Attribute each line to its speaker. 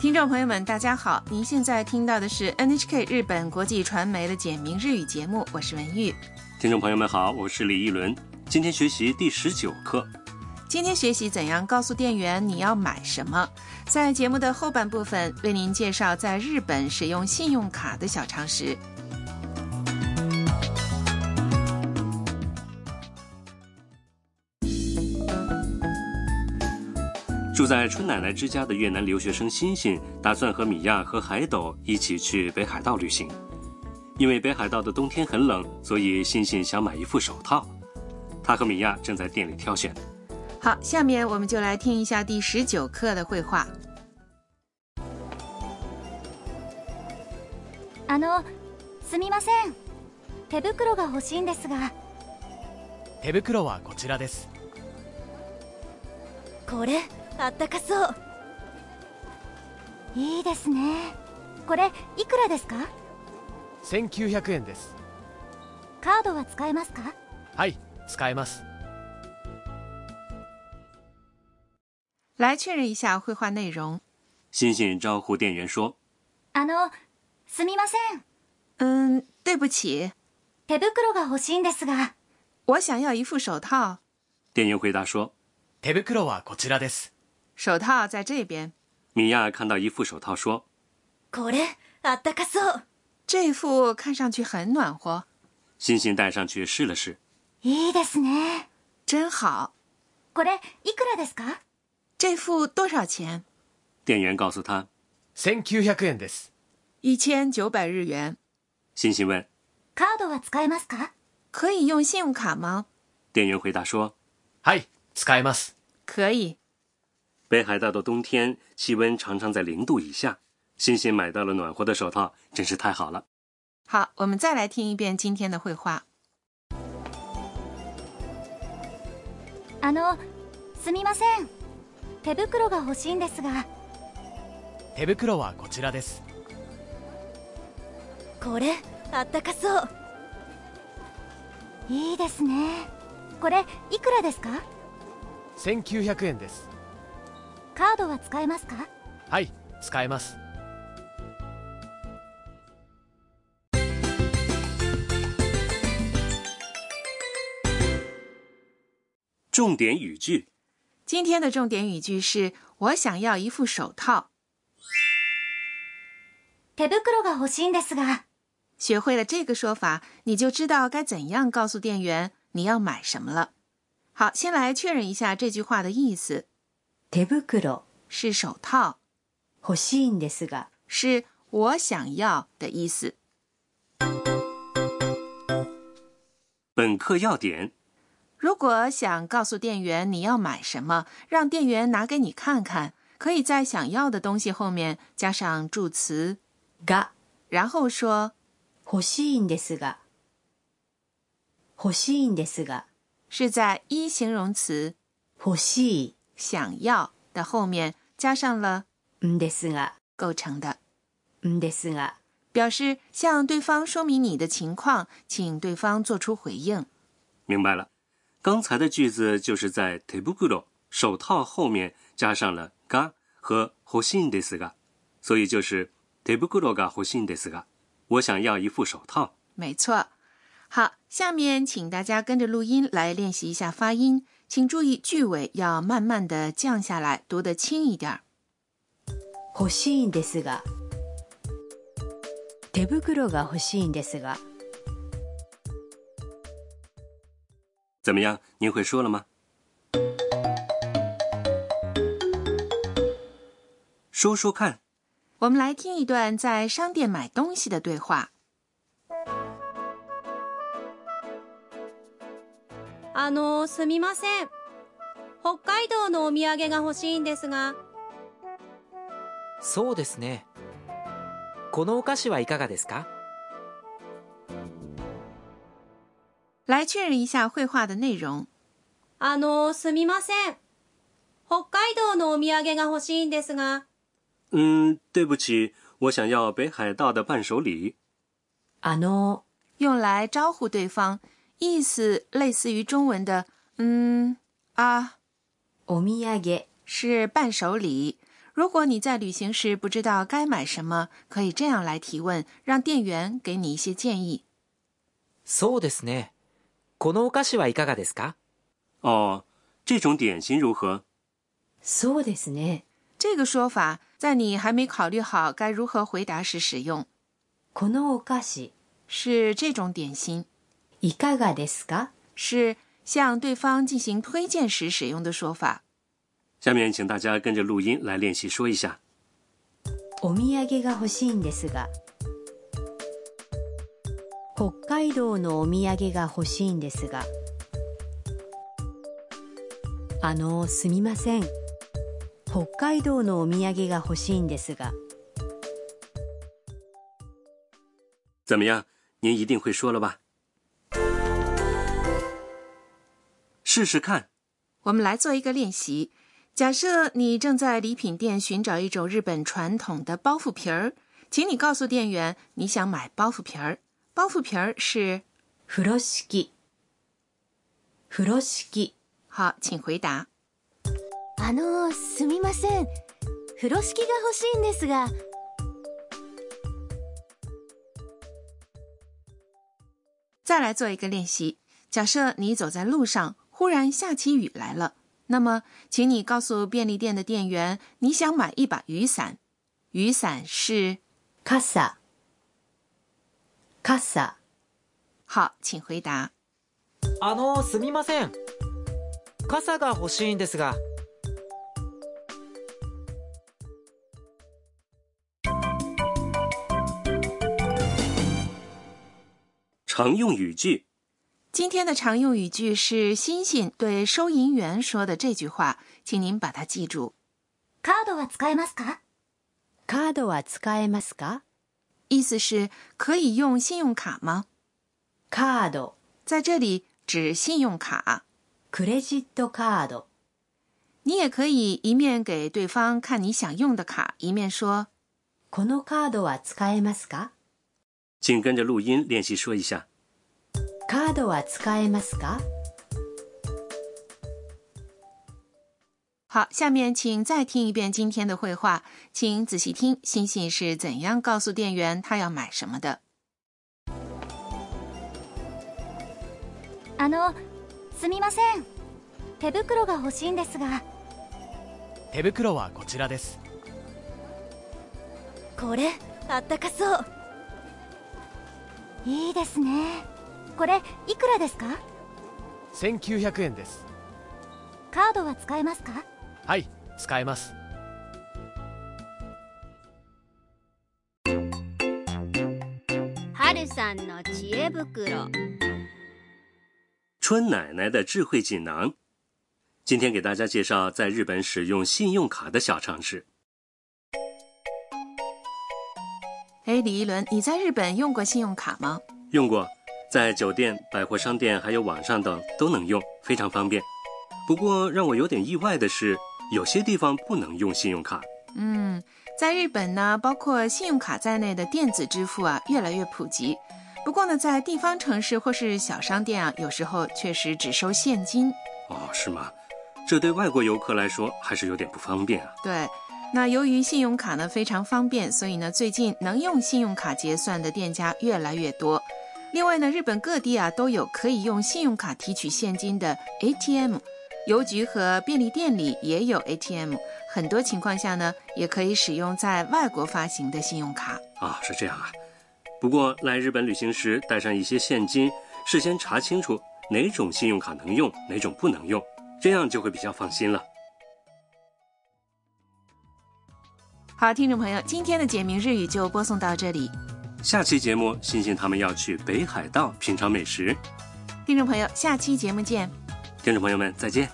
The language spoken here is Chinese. Speaker 1: 听众朋友们，大家好！您现在听到的是 NHK 日本国际传媒的简明日语节目，我是文玉。
Speaker 2: 听众朋友们好，我是李一伦，今天学习第十九课。
Speaker 1: 今天学习怎样告诉店员你要买什么。在节目的后半部分，为您介绍在日本使用信用卡的小常识。
Speaker 2: 住在春奶奶之家的越南留学生欣欣，打算和米娅和海斗一起去北海道旅行。因为北海道的冬天很冷，所以欣欣想买一副手套。她和米娅正在店里挑选。
Speaker 1: 好，下面我们就来听一下第十九课的绘画。
Speaker 3: あのすみません手袋が欲しいんですが
Speaker 4: 手袋はこちらです
Speaker 3: これあったかそういいですねこれいくらですか
Speaker 4: 1900円です
Speaker 3: カードは使えますか
Speaker 4: はい使えます
Speaker 1: 来确认一下绘画内容。
Speaker 2: 欣欣招呼店员说
Speaker 3: あのすみません
Speaker 1: 嗯，对不起，
Speaker 3: 手袋が欲しいんですが
Speaker 1: 我想要一副手套。：“
Speaker 2: 店员回答说。
Speaker 4: 手袋はこちらです
Speaker 1: 手套在这边，”
Speaker 2: 米娅看到一副手套说
Speaker 3: これあったかそう
Speaker 1: 这副看上去很暖和，：“
Speaker 2: 欣欣戴上去试了试。
Speaker 3: いいですね
Speaker 1: 真好。
Speaker 3: これいくらですか
Speaker 1: 这副多少钱？”
Speaker 2: 店员告诉她。
Speaker 4: 1900円です
Speaker 1: 一千九百日元。
Speaker 2: 欣欣问
Speaker 3: カードは使えますか
Speaker 1: 可以用信用卡吗？
Speaker 2: 店员，回答说
Speaker 4: はい使えます
Speaker 1: 可以。：“
Speaker 2: 北海道的冬天气温常常在零度以下。”欣欣买到了暖和的手套，真是太好了。
Speaker 1: 好，我们再来听一遍今天的绘画。
Speaker 3: あのすみません手袋が欲しいんですが
Speaker 4: 手袋はこちらです
Speaker 3: これあったかそういいですねこれいくらですか
Speaker 4: 1900円です
Speaker 3: カードは使えますか
Speaker 4: はい使えます
Speaker 2: 重点语句
Speaker 1: 今天的重点语句是：我想要一副手套。
Speaker 3: 手袋が欲しいんですが
Speaker 1: 学会了这个说法，你就知道该怎样告诉店员你要买什么了。好，先来确认一下这句话的意思：
Speaker 5: 手袋
Speaker 1: 是手套，
Speaker 5: 欲しいんですが
Speaker 1: 是我想要的意思。
Speaker 2: 本课要点
Speaker 1: 如果想告诉店员你要买什么，让店员拿给你看看，可以在想要的东西后面加上助词，
Speaker 5: が
Speaker 1: 然后说
Speaker 5: 欲しいんですが欲しいんですが
Speaker 1: 是在一形容词
Speaker 5: 欲し
Speaker 1: “想要”的后面加上了
Speaker 5: いんですが
Speaker 1: 构成的，
Speaker 5: んですが
Speaker 1: 表示向对方说明你的情况，请对方做出回应。
Speaker 2: 明白了。刚才的句子就是在 t e b u k u r o 手套后面加上了 ga 和 hoshin desu ga，所以就是 t e b u k u r o ga hoshin desu ga。我想要一副手套。
Speaker 1: 没错。好，下面请大家跟着录音来练习一下发音，请注意句尾要慢慢的降下来，读得轻一点儿。
Speaker 5: 欲しいんですが手袋が欲しいんですが
Speaker 2: 怎么样？您会说了吗？说说看，
Speaker 1: 我们来听一段在商店买东西的对话。
Speaker 6: あのすみません北海道のお土産が欲しいんですが
Speaker 7: そうですねこのお菓子はいかがですか
Speaker 1: 来确认一下绘画的内容。
Speaker 6: あのすみません北海道のお土産が欲しいんですが
Speaker 2: 嗯，对不起，我想要北海道的伴手礼。
Speaker 5: あの
Speaker 1: 用来招呼对方，意思类似于中文的“嗯啊
Speaker 5: お土産”，
Speaker 1: 是伴手礼。如果你在旅行时不知道该买什么，可以这样来提问，让店员给你一些建议。
Speaker 7: そうですね。このお菓子はいかがですか
Speaker 2: 哦，这种点心如何？
Speaker 5: そうですね。
Speaker 1: 这个说法在你还没考虑好该如何回答时使用，
Speaker 5: このお菓子、
Speaker 1: 是这种点心，
Speaker 5: いかがですか
Speaker 1: 是向对方进行推荐时使用的说法。
Speaker 2: 下面请大家跟着录音来练习说一下。
Speaker 5: お土産が欲しいんですが。北海道のお土産が欲しいんですが。あの、すみません。北海道のお土産が欲しいんですが。
Speaker 2: 怎么样？您一定会说了吧？试试看。
Speaker 1: 我们来做一个练习。假设你正在礼品店寻找一种日本传统的包袱皮儿，请你告诉店员你想买包袱皮儿。包袱皮儿是
Speaker 5: 風呂敷。風呂敷。
Speaker 1: 好，请回答。
Speaker 3: あのすみません風呂敷が欲しいんですが
Speaker 1: 再来做一个练习。假设你走在路上，忽然下起雨来了，那么请你告诉便利店的店员你想买一把雨伞。雨伞是
Speaker 5: 傘。傘。
Speaker 1: 好，请回答。
Speaker 7: あの、すみません。傘が欲しいんですが。
Speaker 2: 常用语句
Speaker 1: 今天的常用语句是欣欣对收银员说的这句话，请您把它记住。
Speaker 3: カードは使えますか
Speaker 5: カードは使えますか
Speaker 1: 意思是可以用信用卡吗？
Speaker 5: カード。
Speaker 1: 在这里指信用卡。
Speaker 5: クレジットカード。
Speaker 1: 你也可以一面给对方看你想用的卡，一面说
Speaker 5: このカードは使えますか
Speaker 2: 请跟着录音练习说一下。
Speaker 5: カードは使えますか
Speaker 1: 好。下面请再听一遍今天的绘画，请仔细听欣欣是怎样告诉店员他要买什么的。
Speaker 3: あのすみません手袋が欲しいんですが
Speaker 4: 手袋はこちらです。
Speaker 3: これあったかそういいですねこれいくらですか
Speaker 4: 1900円です。
Speaker 3: カードは使えますか
Speaker 4: はい、使えます。
Speaker 6: はるさんの知恵袋
Speaker 2: 春奶奶的智慧锦囊。今天给大家介绍在日本使用信用卡的小常识。
Speaker 1: 哎，李一伦，你在日本用过信用卡吗？
Speaker 2: 用过，在酒店、百货商店还有网上等都能用，非常方便。不过让我有点意外的是，有些地方不能用信用卡。
Speaker 1: 嗯，在日本呢，包括信用卡在内的电子支付啊，越来越普及。不过呢，在地方城市或是小商店啊，有时候确实只收现金。
Speaker 2: 哦，是吗？这对外国游客来说还是有点不方便啊。
Speaker 1: 对，那由于信用卡呢非常方便，所以呢，最近能用信用卡结算的店家越来越多。另外呢，日本各地啊都有可以用信用卡提取现金的 ATM，邮局和便利店里也有 ATM。很多情况下呢，也可以使用在外国发行的信用卡。
Speaker 2: 啊，是这样啊。不过来日本旅行时带上一些现金，事先查清楚哪种信用卡能用，哪种不能用，这样就会比较放心了。
Speaker 1: 好，听众朋友，今天的简明日语就播送到这里。
Speaker 2: 下期节目，欣欣他们要去北海道品尝美食。
Speaker 1: 听众朋友，下期节目见。
Speaker 2: 听众朋友们，再见。